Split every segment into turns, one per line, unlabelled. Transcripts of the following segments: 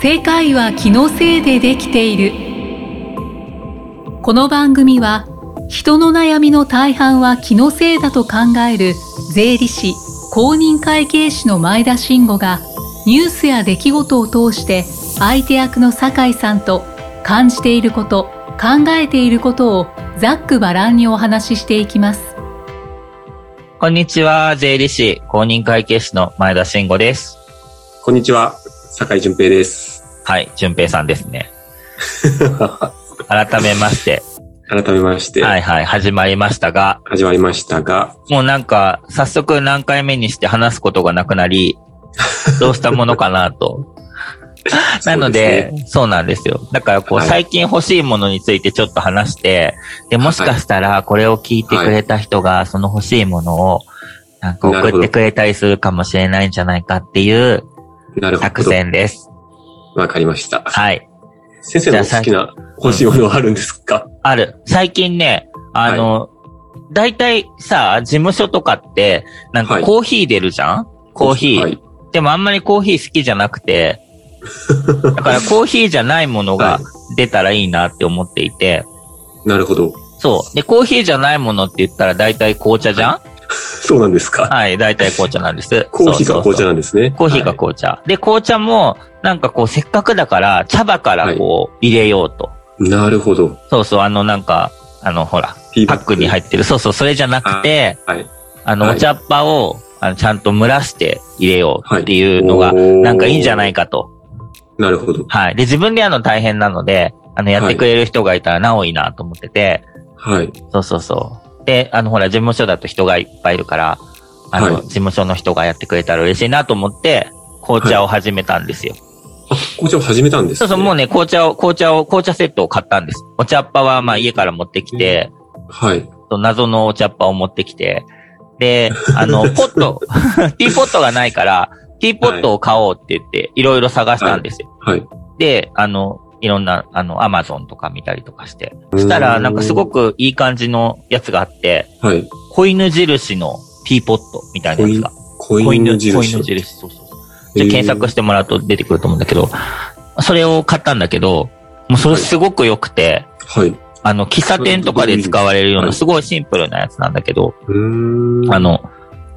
世界は気のせいでできているこの番組は人の悩みの大半は気のせいだと考える税理士公認会計士の前田慎吾がニュースや出来事を通して相手役の酒井さんと感じていること考えていることをざっくばらんにお話ししていきます
こんにちは、税理士公認会計士の前田慎吾です。
こんにちは、酒井淳平です。
はい、淳平さんです ね。
改
改めまして、
めまして、
はいはい、始まりましたが、
始まりましたが、
もうなんか、早速何回目にして話すことがなくな り、どうしたものかなと。なので
そう
そうなんですよ。だからこう、
はい
最近欲しいものについてちょっと話して、で、もしかしたらこれを聞いてくれた人が、その欲しいものを、なんか
なる
送
ほ
っ
ど
てくれたりするかもしれないんじゃないかっていう
なるほ
作
ど。
戦です。
わかりました。
はい。
先生のお好きな欲しいものはあるんですか、
ある。最近ね、あの、大体さ、事務所とかって、なんか
はい
コーヒー出るじゃん、コーヒー。
はい。
でもあんまりコーヒー好きじゃなく て、だからコーヒーじゃないものが
は
出たらいいなって思っていて、
なるほど。
そう。で、コーヒーじゃないものって言ったら大体紅茶じゃん
そうなんですか、
はい、大体紅茶なんです。
コーヒー
そ
が
うそうそ
紅茶
う
なんですね。
コーヒーが
はい
紅茶。で、紅茶も、なんかこう、せっかくだから、茶葉からこう、入れようと。
なるほど。
そうそう、あの、なんか、あの、ほら、
ティー
パ
バ
ックに入
っ
ってる。そうそう、それじゃなくて、
はい。
あの、
はい
お茶っ葉を、あの、ちゃんと蒸らして入れよう
はい。
っていうのが、なんかいいんじゃない
か。
かと。
なるほど。
はい。で、自分でやるの大変なので、あの、やってくれる人がいたらなおいいなと思ってて、
はい。
そうそうそう。で、あの、ほら、事務所だと人がいっぱいいるから、あの、
はい
事務所の人がやってくれたら嬉しいなと思って、紅茶を始めたんですよ。
あ、紅茶を始めたんです、
そう
ね。
そう、もうね、紅茶を、紅茶を、紅茶セットを買ったんです。お茶っ葉は、まあ、家から持ってきて、
はい。
そう謎のお茶っ葉を持ってきて、で、 あの、ポット、 ティーポットがないから、ティーポットを買おうって言って、いろいろ探したんですよ。
はい。
で、あの、いろんな、あの、アマゾンとか見たりとかして。そしたら、なんかすごく
く。
いい感じのやつがあって、
はい。
子犬印のティーポットみたいなやつが。子
コイン
犬
の印。
子犬印。そうそうそう。じゃあ検索してもらうと出てくると思うんだけど、それを買ったんだけど、もうそれすごく良くて、
て。はい。う
あの、喫茶店とかで使われるような、
はい
すごいシンプルなやつなんだけど、
ーん。
あの、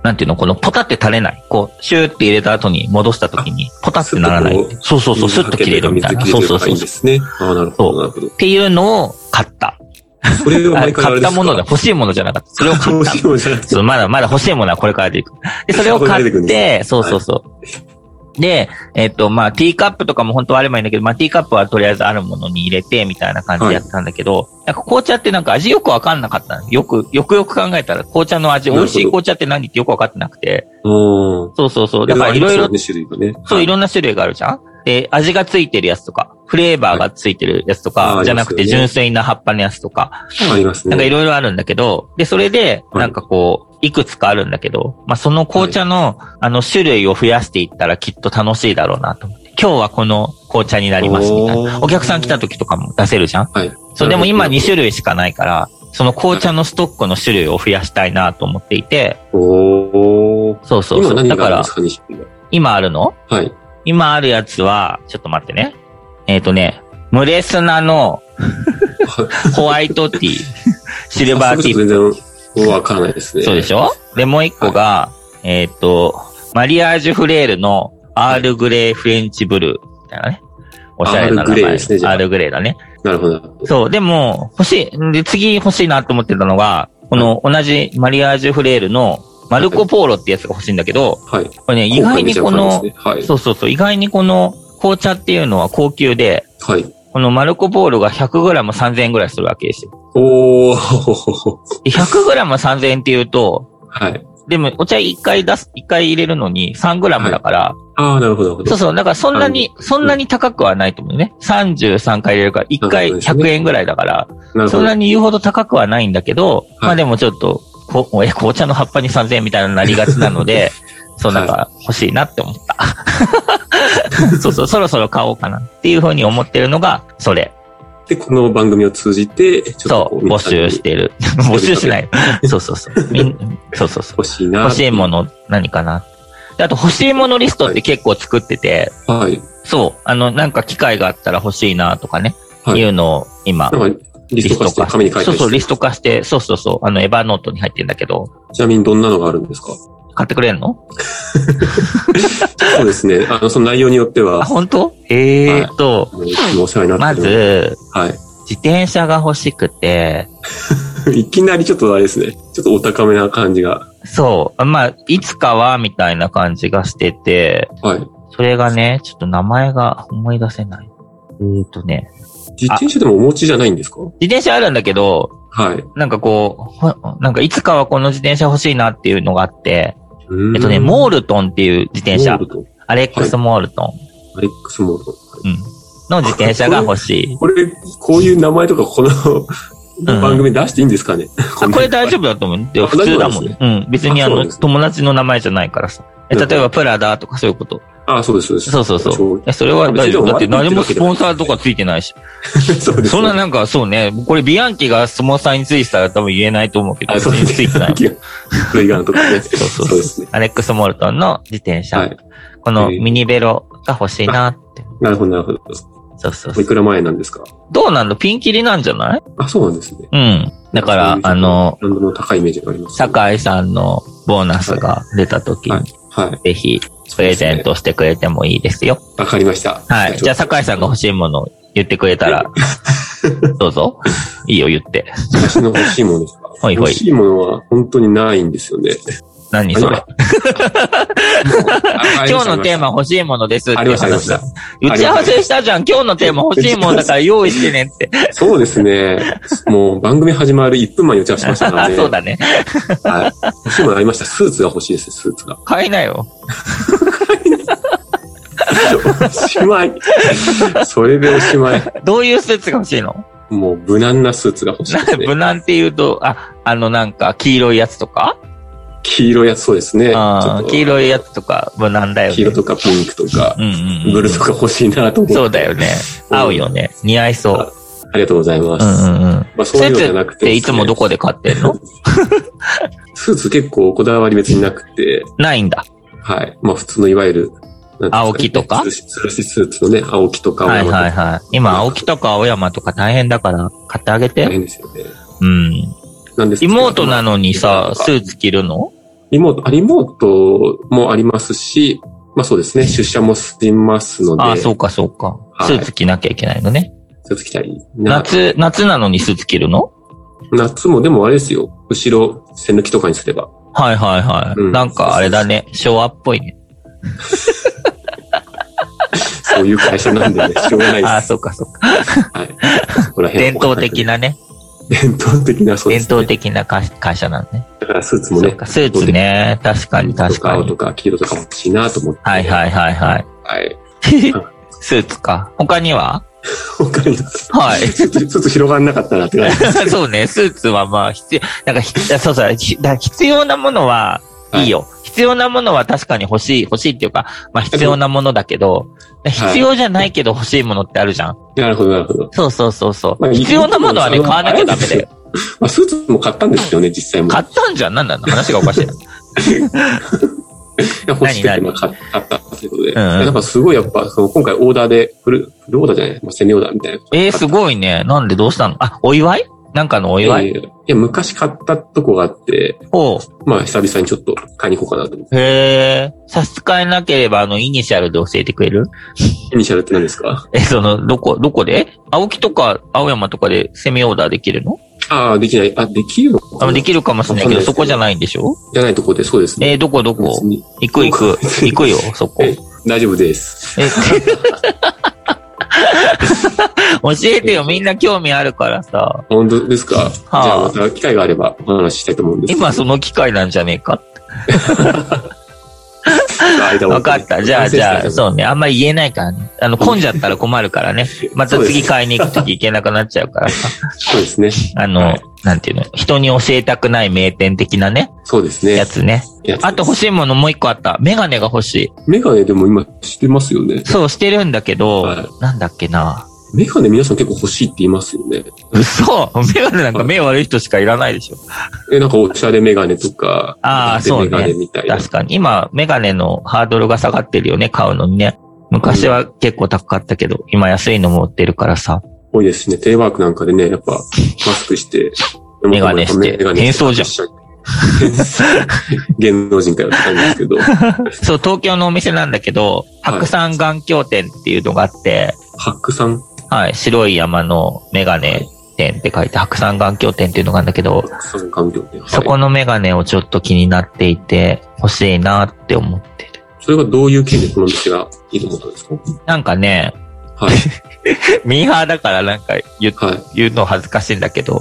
なんていうの、このポタって垂れない。こう、シューって入れた後に戻した時に、ポタってならない
スッと。
そうそうそう、スッと切れるみたいな。そうそう
い
そ
いうで。すね。ああ、なるほど、なるほど
っ。ていうのを買った。
それを
あ
毎回あ
買
れ
っ
で
た
すか
ものだ。欲しいものじゃなかった。それを買った
欲し。いものじゃなくて
そうまだまだ欲しいものはこれから出てくる。で、それを買
これから出てくる
っ
んで
て、そうそうそう。で、えっ、と、まあ、ティーカップとかも本当はあればいいんだけど、まあ、ティーカップはとりあえずあるものに入れて、みたいな感じでやってたんだけど、なんか紅茶ってなんか味よくわかんなかったのよく、よくよく考えたら紅茶の味、
なる
美
ほど
味しい紅茶って何ってよくわかってなくて、
うん。
そうそうそう。だからいろいろ
ありますよね種類がね。
そう、い
ろ
ろんな種類があるじゃんで、味がついてるやつとか、フレーバーがついてるやつとか、
はい
じゃなくて
ありますよね
純粋な葉っぱのやつとか、
あります
なんかい
ね。
ろいろあるんだけど、で、それで、
はい
なんかこう、いくつかあるんだけど、まあ、その紅茶の、あの、種類を増やしていったらきっと楽しいだろうなと思って。今日はこの紅茶になりますみたいな。
おー
お客さん来た時とかも出せるじゃん
はい。
そう、でも今
なるほ
2種類しかないから、その紅茶のストックの種類を増やしたいなと思っていて、
ど。おー。
そうそうそ
今
う。
何
だ
が
か
ありま
ら
す、か、西君
今あるの
は。はい。
今あるやつは、ちょっと待ってね。えっ、とね、ムレスナ のホワイトティー、シルバーティー、
ー。全然わからないですね。
そうでしょで、もう一個が、えっ、と、マリアージュフレールのアールグレーフレンチブルーみたいなね。おしゃれな名前。
アールグレーですねじゃあ
アールグレーだね。
なるほどなるほど。
そう、でも、欲しい、で、次欲しいなと思ってたのが、この同じマリアージュフレールのマルコ・ポーロってやつが欲しいんだけど、
はい。
これね、意外にこの、
今回めちゃわかりますね
そうそうそう、意外にこの紅茶っていうのは高級で、
はい。はい。
このマルコポーロが 100g3000 円ぐらいするわけですよ。
おー。
で 100g3000 円って言うと、
はい。
でもお茶1回出す、1回入れるのに 3g だから、
ああ、なるほど、なるほ
そう
ど。
そう、だからそんなに、そんなに高くはないと思うね。33回入れるから、1回100円ぐらいだから、
なる
そ
ほ
ん
ど
な。に言うほど高くはないんだけど、まあでもちょっと、こえ紅茶の葉っぱに3000円みたいなのになりがちなので、そうなんか欲しいなって思 った。そうそう、そろそろ買おうかなっていうふうに思ってるのが、それ。
で、この番組を通じて、ちょっと
そ
こ
う、
う
募集し。てる。 募集しない。そうそうそう。みんそうそうそう。
欲しいな。
欲しいもの何かな。であと欲しいものリストって結構作ってて、
はい。
そう、あの、なんか機会があったら欲しいなとかね、、
はいい。
うのを今、
なんか、リスト化して、紙に書いて
そうそう、リスト化して、そうそうそう、あの、エバーノートに入ってんだけど、
ちなみにどんなのがあるんですか
買ってくれんの
そうですね。あの、その内容によっては、
あ、
あ
本当えーっと、
のいつもお世話にな
ま
ってる。
ず、
はい。
自転車が欲しくて、
い きなりちょっとあれですね。ちょっとお高めな感じが。
そう、まあ、いつかは、みたいな感じがしてて、
はい。
それがね、ちょっと名前が思い出せない。えーっとね、
自転車でもお持ちじゃないんですか
自転車あるんだけど、
はい。
なんかこう、ほなんかいつかはこの自転車欲しいなっていうのがあって、
うーん
えっとね、モールトンっていう自転車
モー、ルと
アレックス・モールトン、
アレックスモールと。は
う
い
ん、の自転車が欲しい。
これ、こういう名前とかこ
ん
の番組出していいんですかね、
あこれ大丈夫だと思う。で
あ
普通だもん
大丈夫です
ね。うん。別にあ
あそうな
の、
んですね
友達の名前じゃないからさ。え例えば、プラダとかそういうこと。
あそうです、そうです。
そうそうそう。えそれは大丈夫。だって何もスポンサーとかついてないし。
そうです。
そんななんか、そうね。これ、ビアンキがスポンサーについてたら多分言えないと思うけど、
あ、
別
そうで
に
す。
ついて ないもん。
フリガンとかね。そう
そうそう
ですね。
アレックス・モルトンの自転車。
はい。
このミニベロが欲しいなって。
なるほど、なるほど。
そうそう
おいくら前なんですか
どうなんのピンキリなんじゃない
あ、そうなんですね。
うん。だから、あの、
ランドの高いイメージがあります、
酒井さんのボーナスが出た時
はい
に、。
はい。
ぜひ、プレゼントしてくれてもいいですよ。
わかりました。
はい。じゃあ、酒井さんが欲しいものを言ってくれた ら、どうぞ。いいよ、言って。
私の欲しいものですか
はいはい
欲しいものは本当にないんですよね。
何それ。今日のテーマ欲しいものですって
あり
いう
ました、ありま
話
した
だ。。打ち合わせしたじゃん。今日のテーマ欲しいものだから用意してねって。
そうですね。もう番組始まる1分前に打ち合わせしましたから ね。
そうだね。
はい。欲しいものありました。スーツが欲しいです、スーツが。
買いなよ。
おしまい。それでおしまい。
どういうスーツが欲しいの
もう無難なスーツが欲しい
な
ですね。
無難って言うと、あ、あのなんか黄色いやつとか
黄色いやつそうですね。ちょ
あ
っ
ー
と
黄色いやつとか無難だよね。
黄色とかピンクとか
う、んうんうん。
ブルーとか欲しいなと思って。
そうだよね。合うよね。似合いそう。
ありがとうございま
う
す。
んうんうん。
まあそ
ス
ういう
ー
のじゃ
ツ
なく
ってて
ですね。
いつもどこで買ってんの
スーツ結構こだわり別になくて、
ないんだ。
はい。まあ普通のいわゆる、なんていうんですね
青木とか
吊るし吊るしスーツのね、青木とか
はいはい
青木とか
はい。今、青木とか青山とか大変だから買ってあげ
大
て。
変ですよね。
うん。
なんですけど
妹なのにさ、スーツ着るの
リモート、あリモートもありますし、まあそうですね、出社もしますので、
ああ、そうかそうか。
はい
スーツ着なきゃいけないのね。
スーツ着たり。な
夏、夏なのにスーツ着るの
夏もでもあれですよ、後ろ、線抜きとかにすれば。
はいはいはい。
うん
なんかあれだね。昭和っぽいね。
そういう会社なんでね、しょうがないで す。
ああ、そうかそうか。
そこら辺
伝統的。なね。
伝統的な、そうで
伝
す、ね。
統的な会会社なのね。
だからスーツも
そう
ね、
か。スーツね。確かに確
とか
か
青
に
と。か黄色とか欲しいなと思って。
はいはいはい はい。
はい。
スーツか。他には
他に、。
はい
ちょっと、ちょっと広がんなかったなって感 じ。
そうね。スーツはまあ必要、なんかひ、そうそう、ひだ必要なものは、
はい
いいよ、必要なものは確かに欲しい、欲しいっていうか、まあ必要なものだけど、必要じゃないけど欲しいものってあるじゃん。
なるほど、なるほど。
そうそうそうそう、
まあ
必要なものはね、
いい
買わなきゃダメだよ。
まあ、スーツも買ったんですよね、実際も。
買ったんじゃんなんなの 話がおかしい。
いや欲しくて、
何
まあ、買買ったということで。
うんうん
なんかすごいやっぱ、その今回オーダーで、フル、フルオーダーじゃない、まあ、セミオーダーみたいな。
えー、すごいね。なんでどうしたのあ、お祝いなんかのお
い
祝い、
いやいや、昔買ったとこがあって、
ほう。
まあ久々にちょっと買いに行こうかなと思って。
へえ、差し支えなければ、あの、イニシャルで教えてくれる
イニシャルって何ですか
え、その、どこ、どこで青木とか青山とかでセミオーダーできるの
ああ、できない。あ、できるのか
あ
な
の、できるかもしれないけど、
わかんないですけど
そこじゃないんでしょ
じゃないとこで、そうですね。
えーどこどこ
別に
行く行 く。行くよ、そこ。
え大丈夫です。
え 教えてよ、みんな興味あるからさ。
本当ですか、
あ
じゃあまた機会があればお話ししたいと思うんですけど
今その機会なんじゃねえか
間を
わかった。じゃあ、じゃあ、
そう
そうね。あんまり言えないからね。あの、混んじゃったら困るから ね。また次買いに行くとき行けなくなっちゃうからさ。
ですね。
あの、
はい
なんていうの人に教えたくない名店的なね、
そうですね。
やつね。
やつです
あと欲しいものもう一個あった。メガネが欲しい。
メガネでも今してますよね。
そう、してるんだけど、
はい
なんだっけな。
メガネ皆さん結構欲しいって言いますよね。
嘘メガネなんか目悪い人しかいらないでしょ。
え、なんかおしゃれメガネとか、
あー
で
そうね
メガネみたいな。
確かに。今、メガネのハードルが下がってるよね、買うのにね。昔は結構高かったけど、今安いのも売ってるからさ、
多いですね。テレワークなんかでね、やっぱ、マスクして、
メガネして変装じゃん
ゃん。 芸能人かよって感じですけど、
そう、東京のお店なんだけど、
はい
白山眼鏡店っていうのがあって、
ハックさん、
はい、白い山のメガネ店って書いて、白山眼鏡店っていうのがあるんだけど、
ハックさん環境で。はい
そこのメガネをちょっと気になっていて、欲しいなって思ってる。
それがどういう経緯でこの店がいいと思ったんですか
なんかね、
はい。
ミーハーだからなんか言う
は
言うの恥ずかしいんだけど、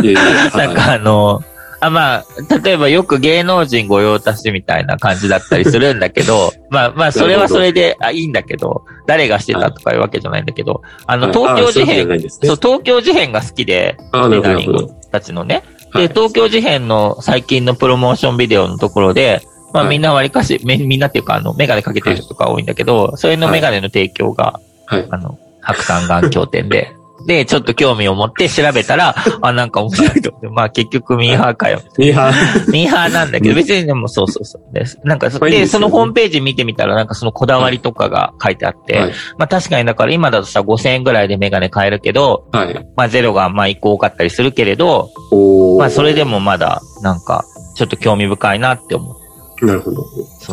い。いやいや、
なん
は
かあの、あまあ、例えばよく芸能人御用達みたいな感じだったりするんだけど、 まあまあ、それはそれで、あ、いいんだけど、誰がしてたとかいうわけじゃないんだけど、あ
い
の、東京事変、
はいあーそういうことじゃないんですね
そう、東京事変が好きで、
ああ、な
メ
るほど
ガ
な
リ
る
ン
ほ
ゴ
ど。
たちのね。
は
で、
い
東京事変の最近のプロモーションビデオのところで、まあ
はい
みんなわりかし、めみんなっていうか、あの、メガネかけてる人とか多いんだけど、それのメガネの提供が、
はい。
あの、白山眼鏡店で、 で、ちょっと興味を持って調べたら、あ、なんか面白いと思って。まあ結局ミーハーかよ。
ミーハー。
ミーハーなんだけど、別にでもそうそうそうです。なんかそ、
まあいいです
で、
よね
そのホームページ見てみたら、なんかそのこだわりとかが書いてあって、
はい。
まあ確かにだから今だとさ、5000円ぐらいでメガネ買えるけど、
はい。
まあゼロがまあ一個多かったりするけれど、
おー
まあそれで。もまだなんかちょっと興味深いなって思う。
なるほど。そ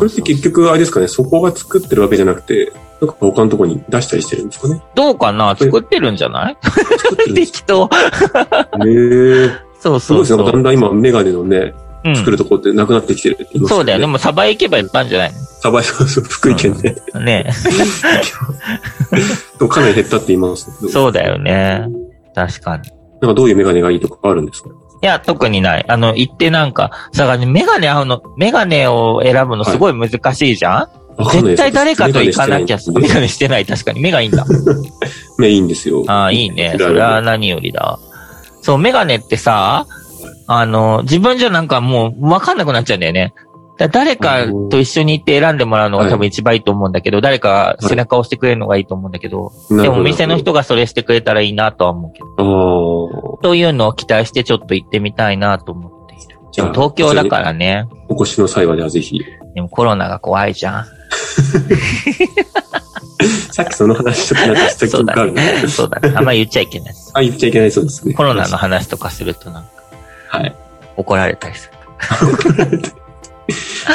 そう
れって結局、あれですかね、そこが作ってるわけじゃなくて、なんか他のところに出したりしてるんですかね。
どうかな作ってるんじゃない
作ってるんです
適当。
ね。へえ。
そう
すご い
そうそ
ですね。なんかだ
う。
んだん今、メガネのね、
うん
作るとこってなくなってきてるって言います
そうだよね。で。もサバ行けばいっぱいあるんじゃない
サバイバル、福井県 で。
のね。
でもかなり減ったって言いますけど。
そうだよね。確かに。
なんかどういうメガネがいいとかあるんですか
いや、特にない。あの、行ってなんか、さ、ね、メガネ合うの、メガネを選ぶのすごい難しいじゃん、
わかんない
絶
です
対誰かと行かなきゃ、メ
メガ
ガ
ネ
ネしてない。確かに、目がいいんだ。
メインですよ。
ああ、いいね。
嫌
そ
い
れは何よりだ。そう、メガネってさ、あの、自分じゃなんかもう分かんなくなっちゃうんだよね。だ誰かと一緒に行って選んでもらうのが多分一番いいと思うんだけど、誰か背中を押してくれるのがいいと思うんだけど、
な
で
るほ
も
ど
お店の。人がそれしてくれたらいいなとは思うけど、
ああ。
というのを期待してちょっと行ってみたいなと思っている。
じゃあ
東京だからね。
お越しの際はじゃあぜひ。
でもコロナが怖いじゃん。
さっきその話ちょっとなんかした
そ
記
う
憶があ
だ
るな。
ね。そうだね。あんまり言っちゃいけないです。
あ、言っちゃいけないそうですね。
コロナの。話とかするとなんか
はい。
怒られたり する。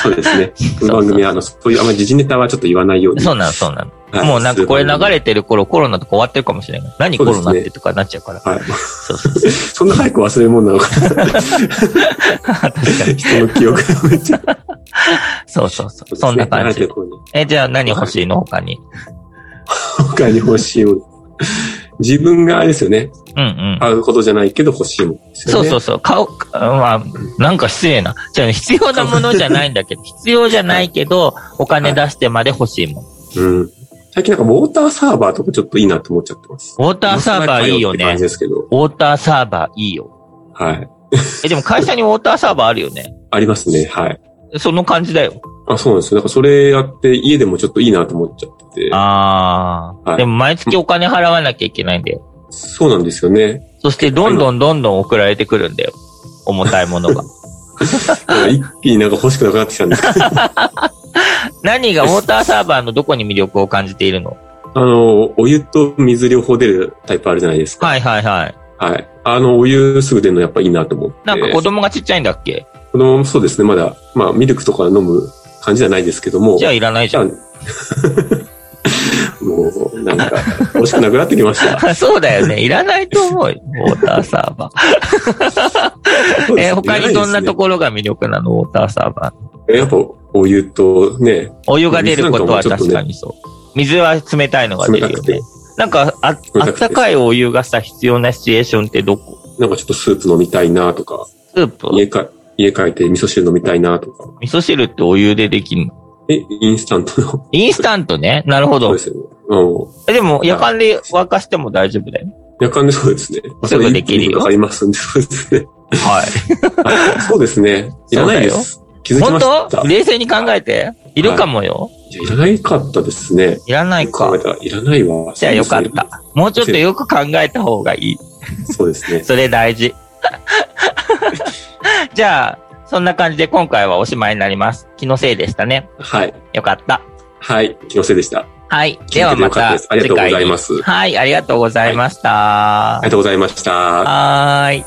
そうで すね。こ
う
の番組は、あの、そういう、あんまり時事ネタはちょっと言わないように。
そうなの、そうなの。
はい
もうなんかこれ流れてる頃コロナとか終わってるかもしれない。何コロナってとかなっちゃうから。
はい。
そうそうそう。
そんな早く忘れるもんなのかな。
確かに。
人の記憶がめっちゃ。
そうそうそう。そん な感
慣れて
じ
る。頃に
え、じゃあ何欲しいの他に。
他に欲しいもの。自分があれですよね。
うんうん。
買うことじゃないけど欲しいものです
そ
よ
う
ね。
そう
う
そう。顔、まあ、なんか失礼な。じゃあ必要なものじゃないんだけど、必要じゃないけど、お金出してまで欲しいもん。
そう。うん。最近なんかウォーターサーバーとかちょっといいなと思っちゃってます。ウォー
ウォーターサーバーいいよ
感
ね
じ。ですけど。
ウォーターサーバーいいよ。
はい。
え、でも会社にウォーターサーバーあるよね。
ありますね。はい。
その感じだよ。
あ、そうなんですよ。だからそれやって家でもちょっといいなと思っちゃってて。
ああ。
はい
でも毎月お金払わなきゃいけないんだよ。
そうなんですよね。
そしてどんどんどんどん送られてくるんだよ。 重たいものが。
だから一気になんか欲しくなくなってきたんです けど。
何がウォーターサーバーのどこに魅力を感じているの
あの、お湯と水両方出るタイプあるじゃないですか。
はいはいはい。
はい。あの、お湯すぐ出るのやっぱいいなと思って。
なんか子供がちっちゃいんだっけ
子供もそうですね、まだ、まあ、ミルクとか飲む感じじゃないですけども。
じゃあいらないじ
じ
ゃ
ゃ
ん。
あ、 もう、なんか、欲しくなくなってきました。
そうだよね。いらないと 思うよ。ウォーターサーバー。
そうです
えー他にどんなと
こ
ころが魅力なのウォーターサーバー。
やっぱ、お湯とね、
お湯が出ることは
水
確か
なんかもちょっと
にそう。水は冷たいのが出
冷た
るよ
く
ね
て。、
なんかあ、あ
たくて
ったかいお湯がさ、必要なシチュエーションってどこ
なんかちょっとスープ飲みたいなとか、
スープ
家か、家帰って味噌汁飲みたいなとか、
味噌汁ってお湯でできるの
え、インスタントの。
インスタントね。なるほ
そう
ど
で。すよね。うん。
えでも、夜間で沸かしても大丈夫だよ。
夜間でそうですね。まあ
すぐできるよ
それ一気にかかりますんで、そうですね。
はい。
はいそうですね。いらないで
そう
す。気づき
本
ました。
当
い
冷静に考えて。いるかもよ。
や、いらないかったですね。
いらないか
考え。たらいらないわ。
じゃあよかっ
そう
た。もうちょっとよく考えた方がいい。
ですね。そうですね。
それ大事。 じゃあ、そんな感じで今回はおしまいになります。気のせいでしたね。
はい。
よかった。
はい。気のせいでした。
はい。
聞いて
ではま
よかった
た
ですありがとうございます
次回にはい、ありがとうございました。
ありがとうございました。
はーい。